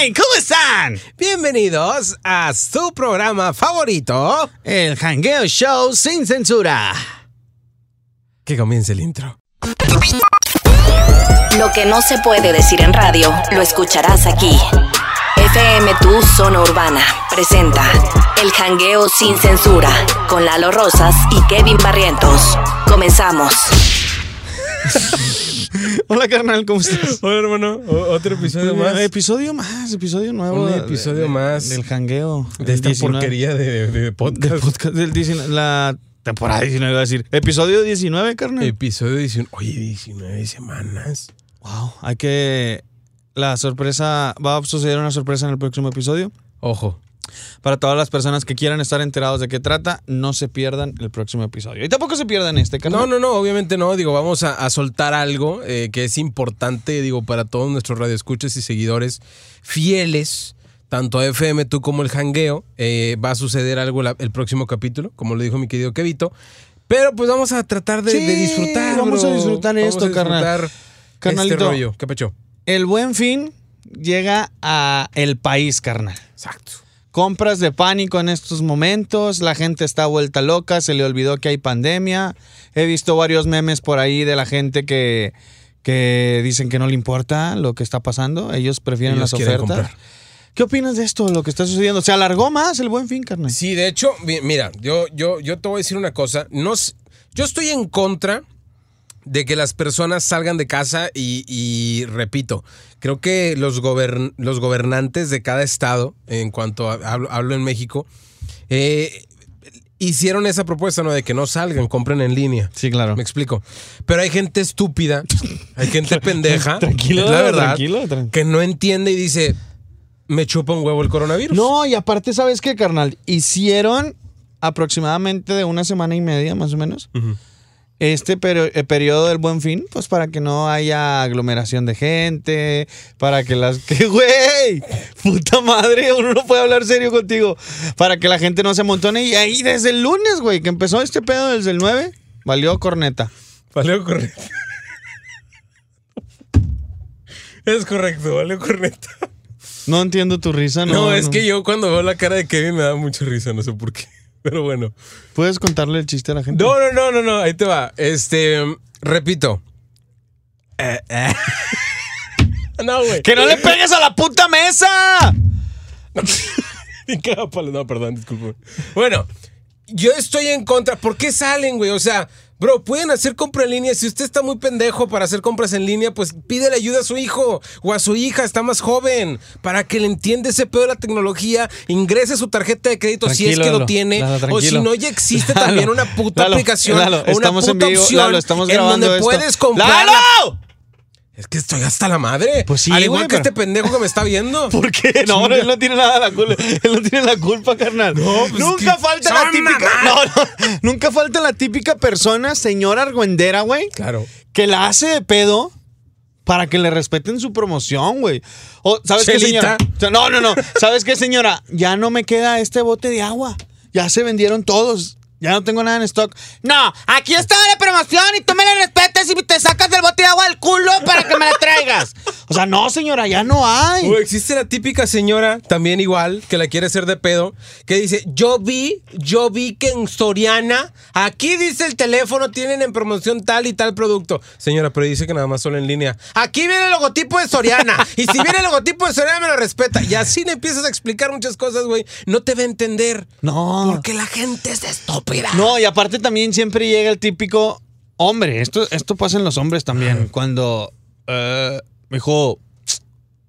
bien? ¿Cómo están? Bienvenidos a su programa favorito, El Hangueo Show sin censura. que comience el intro. Lo que no se puede decir en radio, lo escucharás aquí. FM Tu Zona Urbana presenta El Jangueo Sin Censura con Lalo Rosas y Kevin Barrientos. Comenzamos. Hola, carnal, ¿cómo estás? Hola, hermano. O- otro episodio más Eh, Episodio más, episodio nuevo. Un de- episodio de- más Del Hangueo. de esta 19. porquería de, de- de Del podcast. podcast del 19, la temporada 19, iba a decir. Episodio 19, carnal. Episodio 19. Oye, 19 semanas. wow, hay que... La sorpresa... Va a suceder una sorpresa en el próximo episodio. Ojo. Para todas las personas que quieran estar enterados de qué trata, no se pierdan el próximo episodio. Y tampoco se pierdan este, carnal. No, no, no, obviamente no. Digo, vamos a, a soltar algo eh, que es importante, digo, para todos nuestros radioescuchas y seguidores fieles, tanto a FM, tú como el Hangueo. Eh, va a suceder algo la- el próximo capítulo, como lo dijo mi querido Kevito. Pero pues vamos a tratar de, Sí, de disfrutar. vamos a bro. disfrutar Vamos esto, a disfrutar carnal. Carnalito. Este rollo. ¿Qué pecho? El buen fin llega a el país, carnal. Exacto. Compras de pánico en estos momentos, la gente está vuelta loca, se le olvidó que hay pandemia. He visto varios memes por ahí de la gente que, que dicen que no le importa lo que está pasando, ellos prefieren Ellos las quieren ofertas. comprar. ¿Qué opinas de esto, lo que está sucediendo? ¿Se alargó más el buen fin, carnal? Sí, de hecho, mi- mira, yo, yo, yo te voy a decir una cosa. No, s- yo estoy en contra de que las personas salgan de casa y, y repito, creo que los, gobern- los gobernantes de cada estado, en cuanto a- hablo, hablo en México, eh, hicieron esa propuesta, ¿no? De que no salgan, compren en línea. Sí, claro. Me explico. Pero hay gente estúpida, hay gente pendeja, Tranquilo, es la verdad, tranquilo, tranquilo. que no entiende y dice, me chupa un huevo el coronavirus. No, y aparte, ¿sabes qué, carnal? Hicieron aproximadamente de una semana y media, más o menos, Ujú. este pero- eh, periodo del buen fin, pues para que no haya aglomeración de gente, para que las... ¡Qué güey! ¡Puta madre! Uno no puede hablar serio contigo. Para que la gente no se amontone. Y ahí desde el lunes, güey, que empezó este pedo desde el 9, valió corneta. Valeo correcto. Es correcto, valeo correcto. No entiendo tu risa, ¿no? No, es que yo cuando veo la cara de Kevin me da mucha risa, no sé por qué. Pero bueno. ¿Puedes contarle el chiste a la gente? No, no, no, no, no, ahí te va. Este, repito. Eh, eh. No, güey. ¡Que no le pegues a la puta mesa! Ni cada palo. No, perdón, disculpe. Bueno, yo estoy en contra. ¿Por qué salen, güey? O sea, bro, pueden hacer compra en línea. Si usted está muy pendejo para hacer compras en línea, pues pídele ayuda a su hijo o a su hija, está más joven, para que le entienda ese pedo de la tecnología, ingrese su tarjeta de crédito si es Tranquilo, que Lalo. lo tiene, Lalo, o si tranquilo. no ya existe Lalo, también una puta Lalo, aplicación, o Lalo, una estamos puta en vivo, opción Lalo, estamos en grabando donde esto. puedes comprar. ¡Lalo! Es que estoy hasta la madre. Pues sí, Al igual güey, que pero- este pendejo que me está viendo. ¿Por qué? No, no, él no tiene nada la culpa. Él no tiene la culpa, carnal. pues nunca que falta la son típica. No, mamadas. no, nunca falta la típica persona, señora argüendera, güey, Claro. que la hace de pedo para que le respeten su promoción, güey. O, ¿sabes qué, Chelita. señora? O sea, No, no, no. ¿Sabes qué, señora? Ya no me queda este bote de agua. Ya se vendieron todos. Ya no tengo nada en stock. No, aquí está la promoción y tú me la respetas y te sacas el bote de agua del culo para que me la traigas. O sea, no, señora, ya no hay. O existe la típica señora, también igual, que la quiere hacer de pedo, que dice, yo vi, yo vi que en Soriana, aquí dice el teléfono, tienen en promoción tal y tal producto. Señora, pero dice que nada más solo en línea. Aquí viene el logotipo de Soriana. y si viene el logotipo de Soriana, me lo respeta. Y así le empiezas a explicar muchas cosas, güey. No te va a entender. No. Porque la gente es estúpida. No, y aparte también siempre llega el típico hombre. Esto, esto pasa en los hombres también. Cuando eh, me dijo,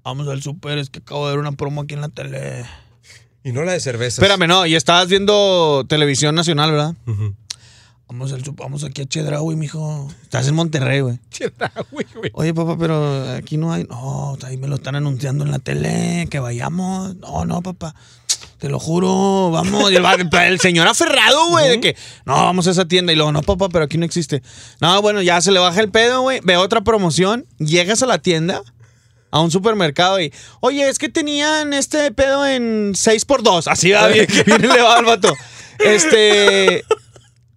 vamos al súper, es que acabo de ver una promo aquí en la tele. Y no la de cerveza. Espérame, no, y estabas viendo televisión nacional, ¿verdad? Ujú. Vamos al súper, vamos aquí a Chedra, güey, mijo. Estás en Monterrey, güey. Chela, güey, güey. Oye, papá, pero aquí no hay. No, ahí me lo están anunciando en la tele, que vayamos. No, no, papá. Te lo juro, vamos. Y el, va- el señor aferrado, güey, de que no, vamos a esa tienda. Y luego, no, papá, pero aquí no existe. No, bueno, ya se le baja el pedo, güey. Ve otra promoción, llegas a la tienda, a un supermercado y, oye, es que tenían este pedo en 6x2. Así va bien, bien elevado el vato. Este.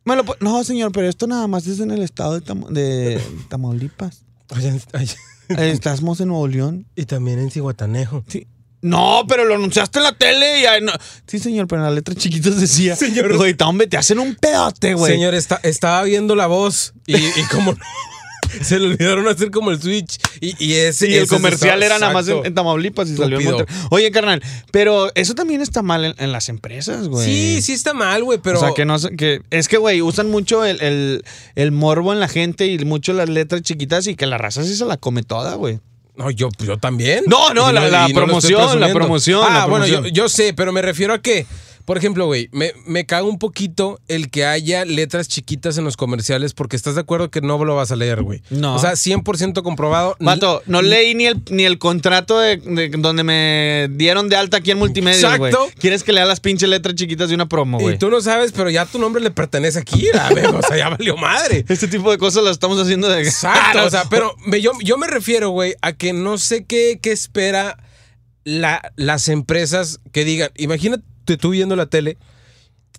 me lo pu- no, señor, pero esto nada más es en el estado de Tama- de Tamaulipas. Oye, ay, Eh, Estamos en Nuevo León. y también en Cihuatanejo. Sí. No, pero lo anunciaste en la tele y ahí no- Sí, señor, pero en las letras chiquitas decía. Señor. Güey, ta, hombre, te hacen un pedote, güey. Señor, está- estaba viendo la voz y, y como se le olvidaron hacer como el switch. Y, y ese. Sí, el ese- comercial era nada más en, exacto. en Tamaulipas y salió en Estúpido. Monterrey. Oye, carnal, pero eso también está mal en, en las empresas, güey. Sí, sí está mal, güey, pero. O sea, que no sé- que es que, güey, usan mucho el, el- el morbo en la gente y mucho las letras chiquitas y que la raza sí se la come toda, güey. No, yo, yo también. No, no, Y la- y la lo estoy promoción, la presumiendo. promoción, Ah, la bueno, yo, promoción. yo sé, pero me refiero a que, por ejemplo, güey, me, me cago un poquito el que haya letras chiquitas en los comerciales porque estás de acuerdo que no lo vas a leer, güey. No. O sea, 100% comprobado. Vato, no leí ni el, ni el contrato de, de donde me dieron de alta aquí en multimedia, güey. Exacto. ¿Quieres que lea las pinches letras chiquitas de una promo, Y güey? tú no sabes, pero ya tu nombre le pertenece aquí, la verga, o sea, ya valió madre. Este tipo de cosas las estamos haciendo de... Exacto, o sea, pero me- yo, yo me refiero, güey, a que no sé qué, qué espera la- las empresas que digan, imagínate tú viendo la tele,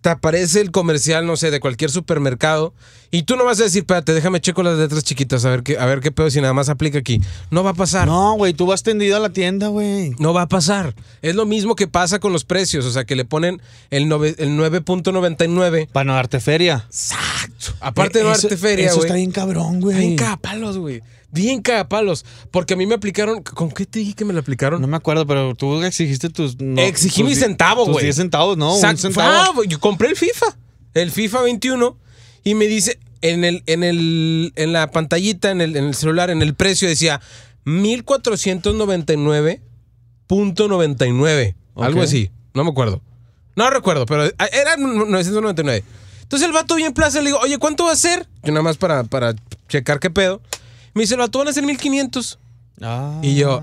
te aparece el comercial, no sé, de cualquier supermercado, y tú no vas a decir, espérate, déjame checo las letras chiquitas, a ver qué, a ver qué pedo, si nada más aplica aquí. No va a pasar. No, güey, tú vas tendido a la tienda, güey. No va a pasar. Es lo mismo que pasa con los precios, o sea, que le ponen el nove- el 9.99. Para no darte feria. Eh, Exacto. Aparte de no E, Eso- darte feria, Eso güey. está bien cabrón, güey. Bien cagapalos, güey. Bien cagapalos. Porque a mí me aplicaron. ¿Con qué te dije que me lo aplicaron? No me acuerdo, pero tú exigiste tus. no, Exigí tus mi di- centavo, tus güey. 10 centavos, ¿no? Sa- Un centavo. Ah, yo compré el FIFA. El FIFA 21. Y me dice. En, el, en, el, en la pantallita, en el, en el celular, en el precio decía 1499.99. Algo Ok. así. No me acuerdo. No recuerdo, pero eh, era 999. Entonces el vato bien plaza le digo, oye, ¿cuánto va a ser? Yo nada más para, para checar qué pedo. Me dice, el vato van a ser 1500. Ah. Y yo.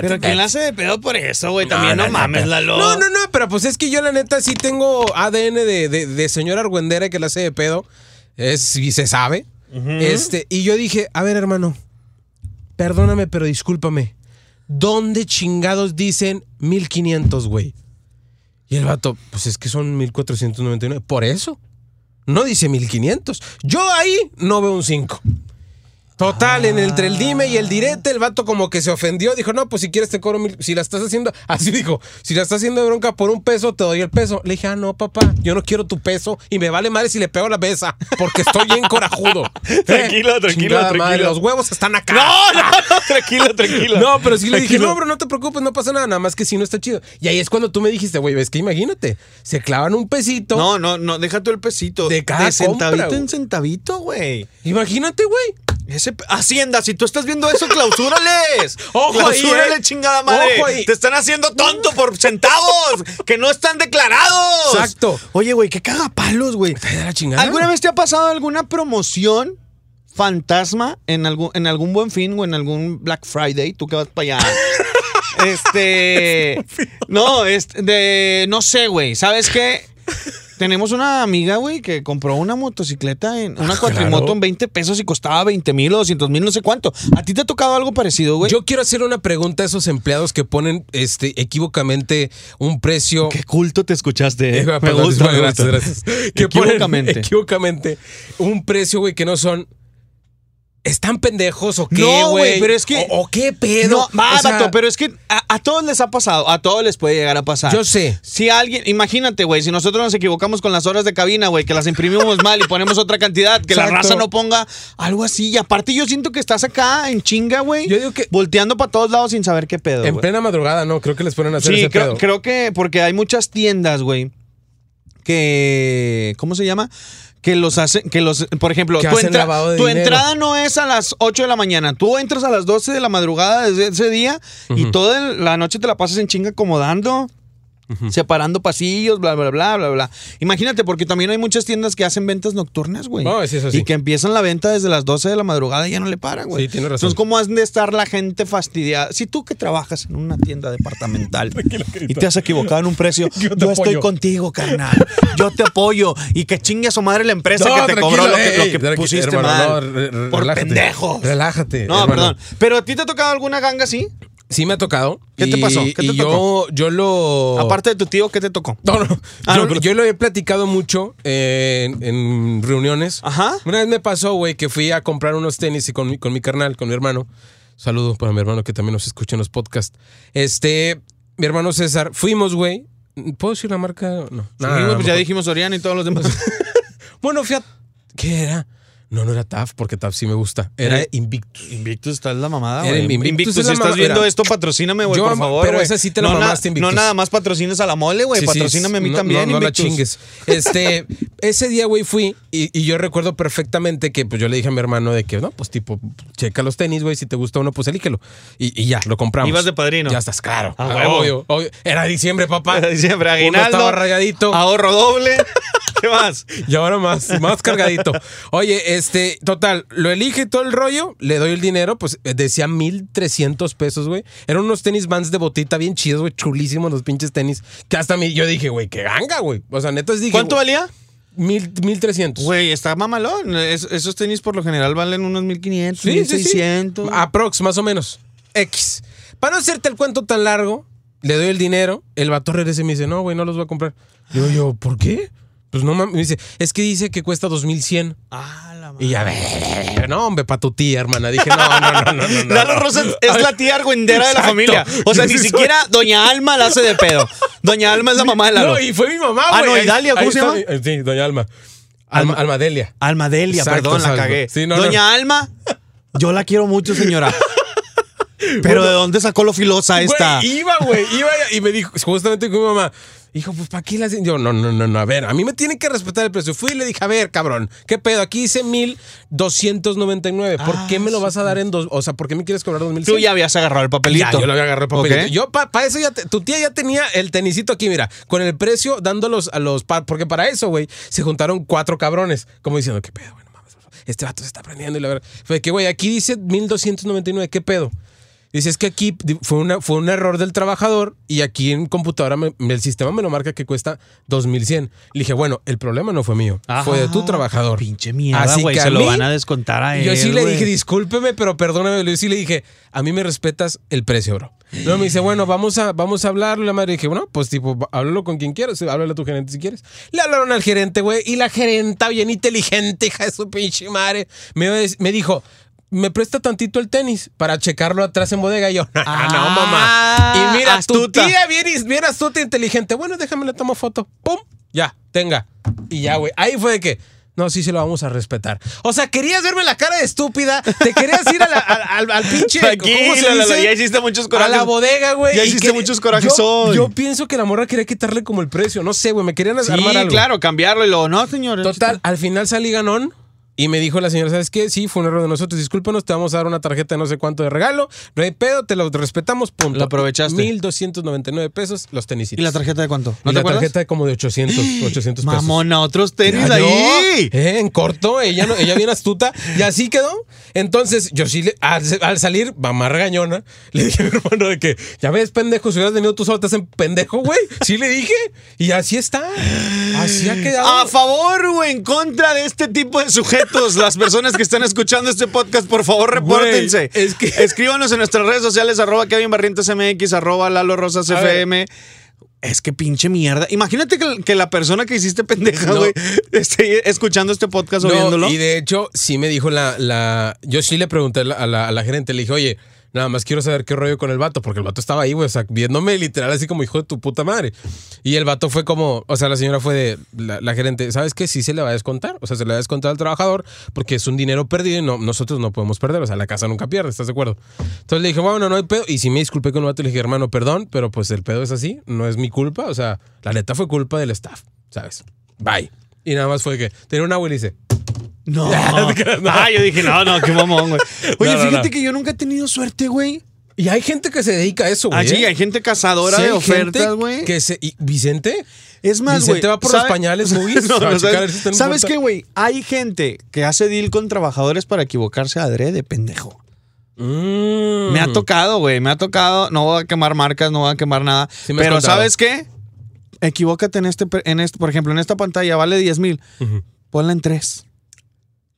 Pero ¿quién la hace de pedo por eso, güey? También no, mames, Lalo. No, no, no, pero pues es que yo la neta sí tengo ADN de, de, de señora argüendera que la hace de pedo. Es, y se sabe. este, y yo dije, a ver, hermano, perdóname, pero discúlpame. ¿Dónde chingados dicen 1500, güey? Y el vato, pues es que son 1499. Por eso. No dice 1500. Yo ahí no veo un 5. Total, en el- entre el dime y el direte, el vato como que se ofendió. Dijo, no, pues si quieres te cobro mil. Si la estás haciendo, así dijo, si la estás haciendo de bronca por un peso, te doy el peso. Le dije, ah, no, papá, yo no quiero tu peso y me vale madre si le pego la mesa porque estoy bien corajudo. Eh, Tranquilo, tranquilo, chingada madre, tranquilo. los huevos están acá. No, no, no, tranquilo, tranquilo. No, pero sí le dije, Tranquilo. no, bro, no te preocupes, no pasa nada, nada más que si no está chido. Y ahí es cuando tú me dijiste, güey, es que imagínate, se clavan un pesito. No, no, no, deja tú el pesito. De cada centavito compra, güey. en centavito, güey. Imagínate, güey. Ese pe- Hacienda, si tú estás viendo eso, clausúrales. Ojo ahí, clausúrale, eh. chingada madre. Ojo ahí. Te están haciendo tonto por centavos que no están declarados. Exacto. Oye, güey, qué cagapalos, güey. Ay, de la chingada. ¿Alguna vez te ha pasado alguna promoción fantasma en algún, en algún buen fin o en algún Black Friday? Tú que vas para allá. este. No, este, de. No sé, güey. ¿Sabes qué? Tenemos una amiga, güey, que compró una motocicleta, en, una cuatrimoto en 20 pesos y costaba 20 mil o 200 mil, no sé cuánto. ¿A ti te ha tocado algo parecido, güey? Yo quiero hacer una pregunta a esos empleados que ponen este equívocamente un precio. Qué culto te escuchaste. eh. Eh, Me perdón, gusta, disculpa, me gusta. gracias, gracias. Que ponen Equivocamente. equivocamente un precio, güey, que no son. ¿Están pendejos o qué, güey? No, güey, pero es que- ¿O, o qué pedo? No, va, O sea, vato, pero es que a, a todos les ha pasado, a todos les puede llegar a pasar. Yo sé. Si alguien, imagínate, güey, si nosotros nos equivocamos con las horas de cabina, güey, que las imprimimos mal y ponemos otra cantidad, que la Exacto. raza no ponga algo así. Y aparte yo siento que estás acá en chinga, güey. Yo digo que- Volteando para todos lados sin saber qué pedo, En Ah, güey. plena madrugada, no, creo que les ponen a hacer Sí, ese creo, pedo. creo que porque hay muchas tiendas, güey, que ¿cómo se llama? Que los hacen, que los, por ejemplo, Que tu, hacen lavado de tu dinero. entrada no es a las 8 de la mañana, tú entras a las 12 de la madrugada desde ese día y toda el- la noche te la pasas en chinga acomodando. Separando pasillos, bla, bla, bla, bla, bla. Imagínate, porque también hay muchas tiendas que hacen ventas nocturnas, güey. No, sí, eso sí. Y que empiezan la venta desde las 12 de la madrugada y ya no le paran, güey. Sí, tienes razón. Pues, Entonces, ¿cómo has de estar la gente fastidiada? Si tú que trabajas en una tienda departamental y te has equivocado en un precio, yo, te estoy apoyo. contigo, carnal. Yo te apoyo y que chingue a su madre la empresa No, que te tranquilo, cobró lo que, ey, lo que tranqui- pusiste hermano, mal. no, re- re- por relájate. pendejos. Relájate, No, hermano. perdón. ¿Pero a ti te ha tocado alguna ganga así? Sí me ha tocado. ¿Qué te y- pasó? ¿Qué te y yo- tocó? Yo, lo... Aparte de tu tío, ¿qué te tocó? No, no. Ah, yo, no, pero- yo lo he platicado mucho eh, en, en reuniones. Ajá. Una vez me pasó, güey, que fui a comprar unos tenis y con, mi- con mi carnal, con mi hermano. Saludos para mi hermano que también nos escucha en los podcasts. Este, mi hermano César, fuimos, güey. ¿Puedo decir la marca? No. Sí, Nah, güey, pues ya mejor. dijimos Soriana y todos los demás. Bueno, fíjate. ¿Qué era? No, no era TAF, porque TAF sí me gusta. Era Era- Invictus. Invictus, estás la mamada, Era güey. Invictus, Invictus, es si la estás mamada. viendo Era- esto, patrocíname, güey, Yo por ama- favor. pero güey. esa sí te la no, na- mamaste, Invictus. No nada más patrocines a la mole, güey. Sí, sí, patrocíname a mí no- también, No, no la Invictus. chingues. Este, ese día, güey, fui y, y yo recuerdo perfectamente que pues, yo le dije a mi hermano de que, no, pues tipo, checa los tenis, güey, si te gusta uno, pues elígelo. Y, y ya, lo compramos. Ibas de padrino. Ya estás, claro. Ah, A huevo. Obvio, obvio. Era diciembre, papá. Siempre Uno aguinaldo. Ah, estaba rayadito. Ahorro doble. ¿Qué más? Y ahora más, más cargadito. Oye, este, total, lo elige y todo el rollo, le doy el dinero, pues eh, decía 1300 pesos, güey. Eran unos tenis vans de botita bien chidos, güey, chulísimos los pinches tenis. Que hasta a mí, yo dije, güey, qué ganga, güey. O sea, neta, dije. ¿Cuánto valía? Mil, 1300. Güey, está mamalón. Es- esos tenis por lo general valen unos 1500, Sí, Ah, sí, sí. 1600. Aprox, más o menos. X. Para no hacerte el cuento tan largo, le doy el dinero, el vato regresa y me dice, no, güey, no los voy a comprar. Digo yo, ¿por qué? Pues no mames, me dice, es que dice que cuesta 2100. Ah, la Y madre. ya, ve, ve, ve, ve, no, hombre, pa' tu tía, hermana. Dije, no, no, no, no. no, no. Lalo Rosas es la tía argüendera de la Exacto. familia. O sea, Yo ni sí soy- siquiera Doña Alma la hace de pedo. Doña Alma es la mamá de Lalo. No, y fue mi mamá, Ah, güey. no, Ahí- Idalia, ¿cómo ahí se está llama? mi- eh, Sí, doña Alma. Alma, Alma- Alma Delia. Alma Delia, Exacto, perdón, exacto. la cagué. Sí, no, Doña no. Alma, yo la quiero mucho, señora. Pero ¿de dónde sacó lo filosa esta? Güey, iba, güey, iba y me dijo, justamente con mi mamá, hijo, pues ¿para qué la hacen? Yo, no, no, no, no, a ver, a mí me tienen que respetar el precio. Fui y le dije, a ver, cabrón, ¿qué pedo? Aquí dice 1299. ¿Por Ah, qué me lo sí, vas a dar en dos? O sea, ¿por qué me quieres cobrar 2100? Tú ya habías agarrado el papelito. Ya, yo lo había agarrado el papelito. Ok. Yo, para eso ya, te- tu tía ya tenía el tenisito aquí, mira, con el precio dándolos a los, pa- porque para eso, güey, se juntaron cuatro cabrones, como diciendo, ¿qué pedo, güey? No mames, este vato se está prendiendo y la verdad. Fue que, güey, aquí dice 1299, ¿qué pedo? Dice, es que aquí di- fue, una, fue un error del trabajador y aquí en computadora me- me- el sistema me lo marca que cuesta 2100. Le dije, bueno, el problema no fue mío, fue de tu Ah, trabajador. Pinche mierda, Así güey. que Se a lo mí- van a descontar a él. yo sí le güey. dije, discúlpeme, pero perdóname. Yo sí le dije, a mí me respetas el precio, bro. Luego me dice, bueno, vamos a, vamos a hablarlo. La madre dije, bueno, pues tipo, va- háblalo con quien quieras. Háblale a tu gerente si quieres. Le hablaron al gerente, güey. Y la gerenta, bien inteligente, hija de su pinche madre, me, me dijo... Me presta tantito el tenis para checarlo atrás en bodega. Y yo, no, no, no, mamá. Y mira, astuta. tu tía bien, bien astuta e inteligente. Bueno, déjame, le tomo foto. ¡Pum! Ya, tenga. Y ya, güey. Ahí fue de que, no, sí se lo vamos a respetar. O sea, querías verme la cara de estúpida. Te querías ir a la- al, al- al pinche. ¿Cómo Tranquilo, se Lalo, dice? ya hiciste muchos a corajes. la bodega, güey. Ya y hiciste que- muchos corajes yo, hoy. Yo pienso que la morra quería quitarle como el precio. No sé, güey. Me querían Sí, armar algo. claro, cambiarlo y luego, no, señor. Total, al final salí ganón. Y me dijo la señora, ¿sabes qué? Sí, fue un error de nosotros, discúlpanos, te vamos a dar una tarjeta de no sé cuánto de regalo, no hay pedo, te lo respetamos, punto. Lo aprovechaste. 1.299 pesos los tenisitos. ¿Y la tarjeta de cuánto? Y ¿No te la acuerdas? tarjeta de como de 800, 800 pesos. Mamona, otros tenis Ya, ahí. yo, eh, en corto, ella, no- ella bien astuta. Y así quedó. Entonces, yo sí, le- al, al salir, mamá regañona, le dije a mi hermano de que, ya ves, pendejo, si hubieras venido tú solo, te hacen pendejo, güey. Sí le dije. Y así está. Así ha quedado. A favor o en contra de este tipo de sujetos, las personas que están escuchando este podcast, por favor, repórtense. Güey, es que- Escríbanos en nuestras redes sociales, arroba Kevin Barrientos MX, arroba Lalo Rosas A FM. Es que pinche mierda. Imagínate que, que la persona que hiciste pendeja, No. güey, esté escuchando este podcast o No, viéndolo. Y de hecho, sí me dijo la. la yo sí le pregunté a la, a la- a la gerente, le dije, oye, nada más quiero saber qué rollo con el vato, porque el vato estaba ahí, güey, o sea, viéndome literal así como hijo de tu puta madre. Y el vato fue como, o sea, la señora fue de la, la gerente, ¿sabes qué? Sí se le va a descontar, o sea, se le va a descontar al trabajador porque es un dinero perdido y no, nosotros no podemos perder, o sea, la casa nunca pierde, ¿estás de acuerdo? Entonces le dije, bueno, no hay pedo. Y sí me disculpé con el vato, le dije, hermano, perdón, pero pues el pedo es así, no es mi culpa, o sea, la neta fue culpa del staff, ¿sabes? Bye. Y nada más fue que tenía un agua y le hice, No. te creas, no. Ah, yo dije, no, no, qué mamón, güey. Oye, No, no, fíjate no. que yo nunca he tenido suerte, güey. Y hay gente que se dedica a eso, güey. Ah, sí, ¿eh? hay gente cazadora Sí, hay de gente ofertas, güey. que se- y- ¿Vicente? Es más, güey. Vicente va por los ¿sabe- pañales, movies, No, a no, checar ¿Sabes, si están ¿sabes en qué, punta. güey? Hay gente que hace deal con trabajadores para equivocarse adrede, pendejo. Mm. Me ha tocado, güey. Me ha tocado. No voy a quemar marcas, no voy a quemar nada. Sí me has pero, contado. ¿sabes qué? Equivócate en este, en este, por ejemplo, en esta pantalla vale 10 mil. Ujú. Ponla en 3.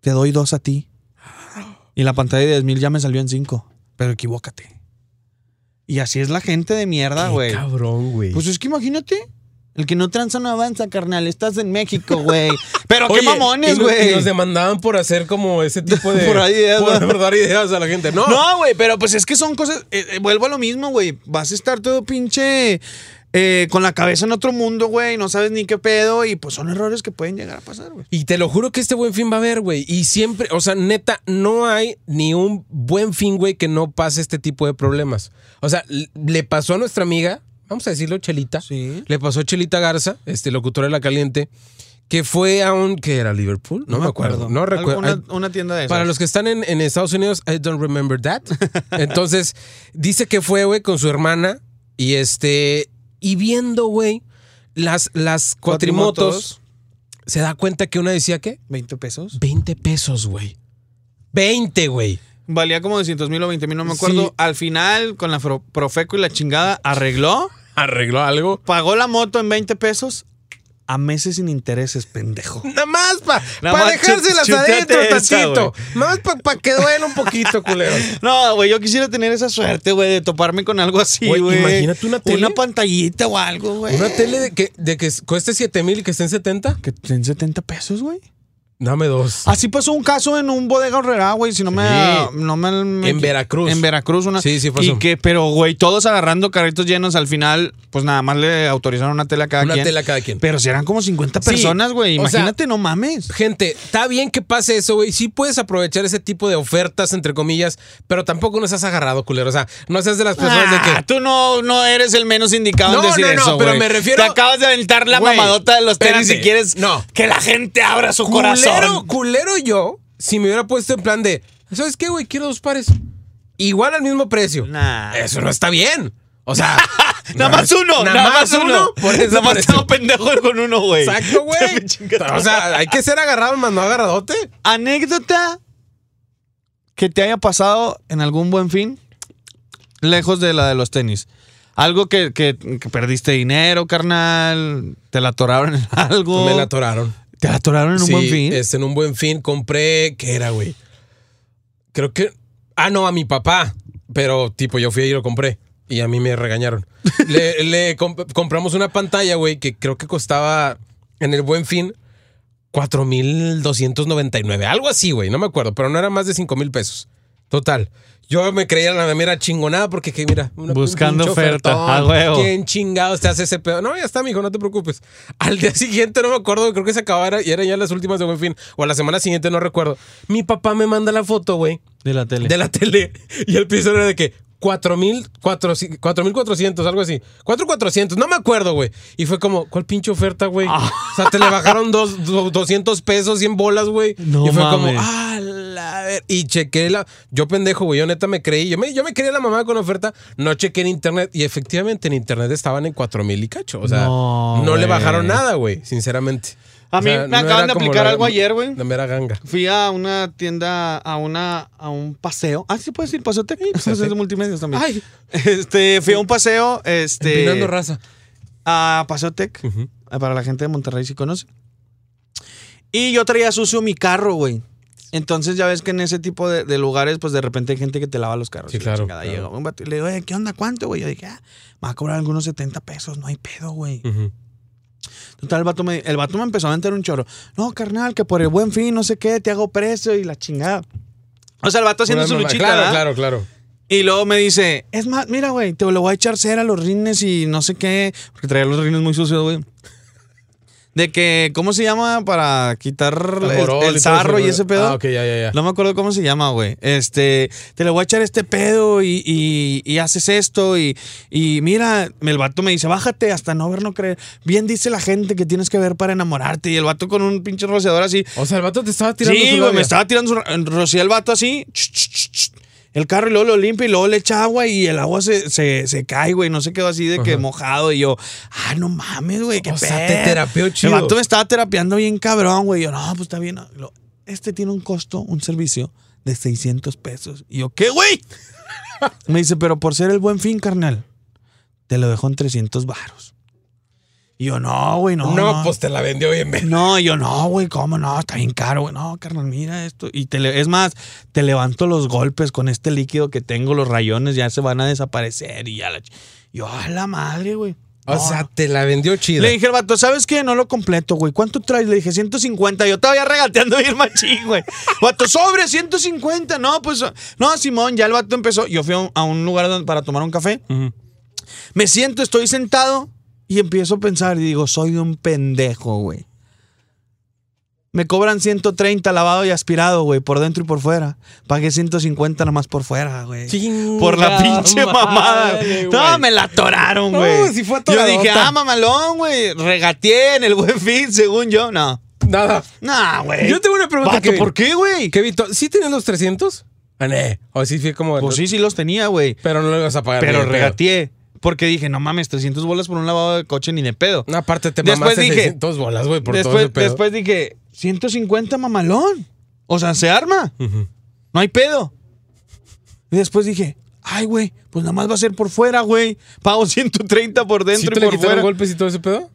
Te doy 2 a ti. Y la pantalla de 10 mil ya me salió en 5. Pero equivócate. Y así es la gente de mierda, Qué güey. Cabrón, güey. Pues es que Pues imagínate. El que no tranza no avanza, carnal. Estás en México, güey. Pero qué Oye, y mamones, nos- Y güey. nos demandaban por hacer como ese tipo de. Por ahí, ¿eh? por dar ideas a la gente. No. No, güey, pero pues es que son cosas. eh, eh, vuelvo a lo mismo, güey. Vas a estar todo pinche. eh, con la cabeza en otro mundo, güey. No sabes ni qué pedo. Y pues son errores que pueden llegar a pasar, güey. Y te lo juro que este buen fin va a haber, güey. Y siempre, o sea, neta, no hay ni un buen fin, güey, que no pase este tipo de problemas. O sea, l- le pasó a nuestra amiga, vamos a decirlo, Chelita. Sí. Le pasó a Chelita Garza, este locutora de La Caliente, que fue a un. ¿Qué era? ¿Liverpool? No, me acuerdo. No recuerdo. Alguna- Ay, Una, tienda de esas. Para los que están en, en Estados Unidos, I don't remember that. Entonces, dice que fue, güey, con su hermana y este. Y viendo, güey, las, las cuatrimotos, se da cuenta que una decía, ¿qué? 20 pesos. 20 pesos, güey. 20, güey. Valía como 200 mil o 20 mil, no me acuerdo. Sí. Al final, con la fro- Profeco y la chingada, arregló. ¿Arregló algo? Pagó la moto en 20 pesos a meses sin intereses, pendejo. Nada más para Nada más dejárselas chut- adentro chuteate esa, tantito. Nada más para que duela un poquito, culero. No, güey, yo quisiera tener esa suerte, güey, de toparme con algo así, Güey, güey. imagínate una tele. Una pantallita o algo, güey. ¿Una tele de que, de que cueste 7 mil y que esté en 70? Que en 70 pesos, güey. Dame dos. Así pasó un caso en un bodega horrera, güey. Si no me. Sí. No me, me- En Veracruz. En Veracruz, una. Sí, sí pasó. Y que, pero, güey, todos agarrando carritos llenos al final, pues nada más le autorizaron una tela a cada Una quien. tela a cada quien. Pero si eran como 50 Sí, personas, güey. o sea- Imagínate, no mames. Gente, está bien que pase eso, güey. Sí puedes aprovechar ese tipo de ofertas, entre comillas, pero tampoco nos has agarrado, culero. O sea, no seas de las personas de Ah, que. tú no, no eres el menos indicado No, en decir no, no, eso, pero güey. me refiero- Te acabas de aventar la Güey, mamadota de los tenis espérate. y quieres No. que la gente abra su Culero, corazón. culero yo, si me hubiera puesto en plan de, ¿sabes qué, güey? Quiero dos pares. Igual al mismo precio. Nah. Eso no está bien. O sea, Nada más uno, nada, más uno. Por eso, nada más por eso. estaba pendejo con uno, güey. Exacto, güey. O sea, hay que ser agarrado, más no agarradote. anécdota que te haya pasado en algún buen fin, lejos de la de los tenis. Algo que, que- que perdiste dinero, carnal, te la atoraron en algo. Me la atoraron. te la atoraron Oh. en un Sí, buen fin. este, en un buen fin compré, ¿qué era, güey? Creo que. Ah, no, a mi papá. Pero, tipo, yo fui y lo compré. Y a mí me regañaron. le le comp- compramos una pantalla, güey, que creo que costaba en el buen fin 4,299. Algo así, güey. No me acuerdo, pero no era más de 5 mil pesos. Total. Yo me creía la mera chingonada porque, que mira, una- un Buscando pinche oferta, ofertón. a huevo. ¿Quién chingados te hace ese pedo? No, ya está, mijo, no te preocupes. Al día siguiente, no me acuerdo, creo que se acabara y eran ya las últimas de buen fin. O a la semana siguiente, no recuerdo. Mi papá me manda la foto, güey, de la tele. de la tele. Y el piso era de que 4.400, algo así. 4.400, no me acuerdo, güey. Y fue como, ¿cuál pinche oferta, güey? Ah. O sea, te le bajaron dos, do- 200 pesos, 100 bolas, güey. No y fue mames. como, ah, la ver. Y chequé la. Yo pendejo, güey. Yo neta me creí. Yo me, yo me creí la mamá con oferta. No chequé en internet. Y efectivamente en internet estaban en 4 mil y cacho. O sea, No, no, le güey. bajaron nada, güey. Sinceramente. A O mí sea, me no acaban era de como aplicar la- algo ayer, güey. La mera ganga. Fui a una tienda, a una, a un paseo. Ah, sí puedes decir paseo técnico. Paseo de multimedios también. pues, Ay. Este, fui a un paseo, este. Empinando raza. a Pasotec, para la gente de Monterrey si conoce. Y yo traía sucio mi carro, güey. Entonces ya ves que en ese tipo de, de lugares, pues de repente hay gente que te lava los carros. Sí, y la claro, chingada. claro. Llega un vato y le digo, "Oye, ¿qué onda? ¿Cuánto, güey? Yo dije, ah, me va a cobrar algunos 70 pesos, no hay pedo, güey. Ujú. Total, el vato, me, el vato me empezó a meter un chorro. No, carnal, que por el buen fin, no sé qué, te hago precio y la chingada. O sea, el vato haciendo Una su mamá- luchita, Claro, ¿verdad? claro, claro. Y luego me dice, es más, mira, güey, te lo voy a echar cera a los rines y no sé qué, porque traía los rines muy sucios, güey. De que, ¿cómo se llama para quitar el, Taborol el y todo sarro ese y ese rollo. pedo? Ah, ok, ya, ya, ya. No me acuerdo cómo se llama, güey. Este, te le voy a echar este pedo y, y- y haces esto y, y mira, el vato me dice, bájate hasta no ver, no creer. Bien dice la gente que tienes que ver para enamorarte y el vato con un pinche rociador así, O sea, el vato te estaba tirando su sí, güey, labia. me estaba tirando su... Rocía el vato así. ch, ch, ch, ch, El carro y luego lo limpia y luego le echa agua y el agua se, se, se cae, güey. No se quedó así de que mojado. Y yo, ah, no mames, güey, qué O sea, pedo". te terapeó chido. El vato me estaba terapeando bien cabrón, güey. Yo, no, pues está bien. Lo- Este tiene un costo, un servicio de 600 pesos. Y yo, ¿qué, güey? me dice, pero por ser el buen fin, carnal, te lo dejo en 300 varos. Y yo, no, güey, no. No, pues te la vendió bien. ve. No, yo no, güey, ¿cómo no? Está bien caro, güey. No, carnal, mira esto. Y te le- es más, te levanto los golpes con este líquido que tengo, los rayones ya se van a desaparecer y ya la. ch- Yo, a la madre, güey. O sea, te la vendió chida. Le dije al vato, ¿sabes qué? No lo completo, güey. ¿Cuánto traes? Le dije, 150. Yo todavía regateando ir machín, güey. Vato, sobre 150. No, pues, no, Simón, ya el vato empezó. Yo fui a un, a un lugar donde- para tomar un café. Me siento, estoy sentado y empiezo a pensar y digo, soy un pendejo, güey. Me cobran 130 lavado y aspirado, güey, por dentro y por fuera. Pagué 150 nomás por fuera, güey. Chinga Por la pinche madre, mamada. No, güey. me la atoraron, No, güey. si fue yo atoradota. dije, ah, mamalón, güey. Regateé en el buen fin, según yo. No. Nada. Nah, güey. Yo tengo una pregunta, Vato, Kevin. ¿Por qué, güey? ¿Qué Vito? ¿Sí tenías los 300? Ah, ne. O sí fue como. Pues sí, sí los tenía, güey. Pero no lo ibas a pagar. Pero ni de regateé. Porque dije, no mames, 300 bolas por un lavado de coche ni de pedo. pedo. No, aparte te Después mamaste dije- 600 bolas, güey, por todo después, ese pedo. después dije, 150 mamalón. O sea, se arma. No hay pedo. Y después dije, ay, güey, pues nada más va a ser por fuera, güey. Pago 130 por ¿Sí dentro te le y por fuera. quitaron Eh, golpes y todo ese pedo?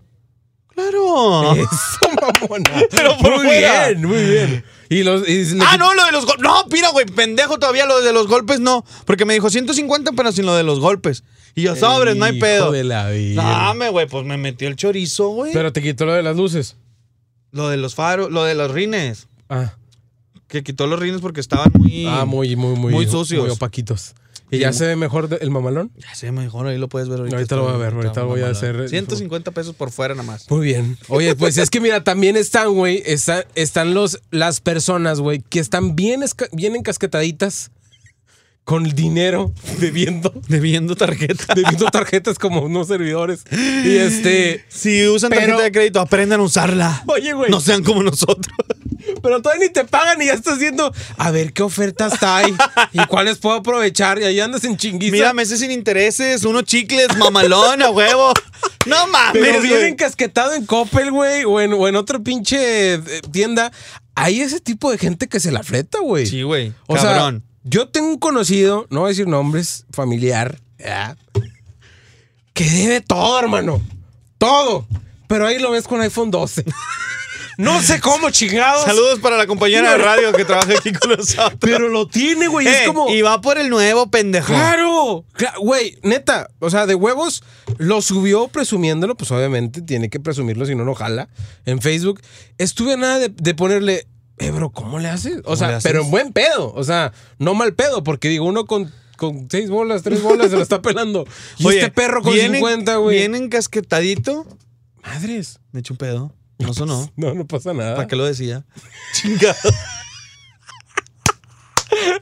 Claro. Eso, mamona. Pero por muy fuera. bien, muy bien. Y los. y le- Ah, no, lo de los golpes. No, pira, güey, pendejo todavía lo de los golpes no. Porque me dijo 150, pero sin lo de los golpes. Y yo, sobres, no hay Hijo pedo. de la vida. No, me, güey, pues me metió el chorizo, güey. Pero te quitó lo de las luces. Lo de los faros, lo de los rines. Ah, Que quitó los rines porque estaban muy. ah muy, muy, muy. Muy sucios. Muy opaquitos. ¿Y Sí, ya muy- se ve mejor de- el mamalón? Ya sé, mejor ahí lo puedes ver ahorita. Ahorita lo voy a ver, ahorita Está lo voy a mamalón. hacer. eh, 150 pesos por fuera nada más. Muy bien. Oye, pues es que mira, también están, güey, está- están los, las personas, güey, que están bien, esca- bien encasquetaditas con el dinero, bebiendo, Debiendo tarjeta. bebiendo tarjetas como unos servidores. Y este, Si usan Pero- tarjeta de crédito, aprendan a usarla. Oye, güey. No sean como nosotros. pero todavía ni te pagan y ya estás viendo, a ver qué ofertas hay y cuáles puedo aprovechar. Y ahí andas en chinguiza. Mira, meses sin intereses, unos chicles, mamalón, a huevo. No mames, Pero bien güey. encasquetado en Coppel, güey, o en, o en otra pinche eh, tienda. Hay ese tipo de gente que se la fleta, güey. Sí, güey. O Cabrón. sea, yo tengo un conocido, no voy a decir nombres, familiar, ¿verdad? que debe todo, hermano. Todo. Pero ahí lo ves con iPhone 12. no sé cómo, chingados. Saludos para la compañera de radio que trabaja aquí con nosotros. Pero lo tiene, güey. Eh, es como. Y va por el nuevo, pendejo. Claro, Cla- güey, neta, o sea, de huevos lo subió presumiéndolo, pues obviamente tiene que presumirlo, si no, no jala. En Facebook estuve a nada de, de ponerle, eh, bro, ¿cómo le haces? O le sea, haces? pero en buen pedo, o sea, no mal pedo, porque digo, uno con, con seis bolas, tres bolas se lo está pelando. Y Oye, este perro con vienen- 50, güey. Vienen casquetadito. Madres. Me eché un pedo. No sonó. No, no pasa nada. ¿Para qué lo decía? Chingado.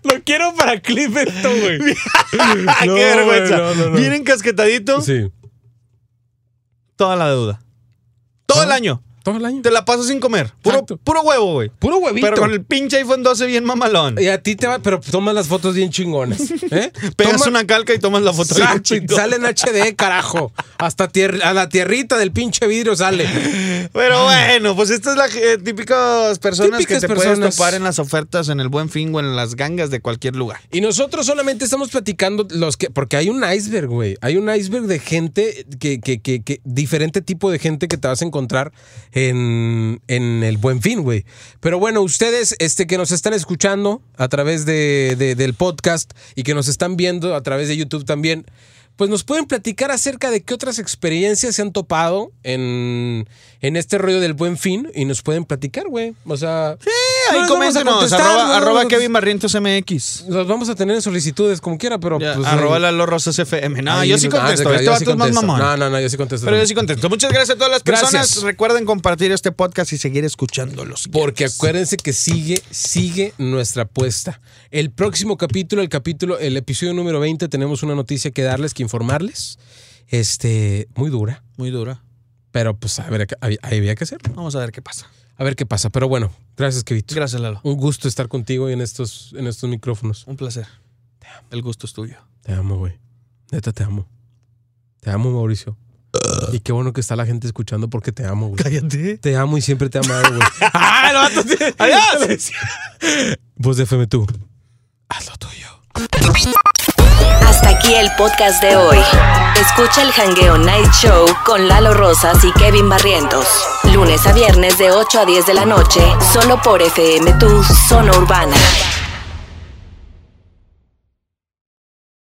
Lo quiero para clip esto, güey. Ah, No, ¡Qué vergüenza! güey, no, no, no. Vienen casquetadito Sí. toda la deuda. Todo Ah. el año. Todo el año. Te la paso sin comer. Puro, Exacto. puro huevo, güey. Puro huevito. Pero con el pinche iPhone 12 bien mamalón. Y a ti te va, pero tomas las fotos bien chingonas. ¿eh? Pegas Toma- una calca y tomas la foto. bien Exacto, y chingón. sale en HD, carajo. Hasta tier- a la tierrita del pinche vidrio sale. Pero bueno, pues estas son las típicas personas Típicas que te puedes personas. topar en las ofertas, en el buen fin o en las gangas de cualquier lugar. Y nosotros solamente estamos platicando los que. Porque hay un iceberg, güey. Hay un iceberg de gente que, que, que, que- diferente tipo de gente que te vas a encontrar en, en el buen fin, güey. Pero bueno, ustedes este, que nos están escuchando a través de- de- del podcast y que nos están viendo a través de YouTube también. pues nos pueden platicar acerca de qué otras experiencias se han topado en, en este rollo del buen fin y nos pueden platicar, güey. O sea, sí, Ahí coméntenos, arroba, arroba Kevin Barrientos MX. Los vamos a tener en solicitudes como quiera, pero Ya, pues, arroba ahí- la Lalo Rosas FM. No, ahí yo sí nos- ah, contesto. claro, este yo vato sí es más contesto. mamón. No, no, no, yo sí contesto. Pero yo sí contesto. Muchas gracias a todas las Gracias. personas. Recuerden compartir este podcast y seguir escuchándolos. Porque acuérdense que sigue, sigue nuestra apuesta. El próximo capítulo, el capítulo, el episodio número 20, tenemos una noticia que darles, que informarles. Este, muy dura, Muy dura. pero pues a ver, ahí había que hacerlo. Vamos a ver qué pasa. A ver qué pasa. Pero bueno, gracias, Kevito. Gracias, Lalo. Un gusto estar contigo y en estos, en estos micrófonos. Un placer. El gusto es tuyo. Te amo, güey. Neta, te amo. Te amo, Mauricio. Y qué bueno que está la gente escuchando porque te amo, güey. Cállate. Te amo y siempre te he amado, güey. ¡Ah, el vato tiene- ¡Adiós! Voz de FM tú. Haz lo tuyo. Hasta aquí el podcast de hoy. Escucha el Hangueo Night Show con Lalo Rosas y Kevin Barrientos. Lunes a viernes de 8 a 10 de la noche, solo por FM Tu Zona Urbana.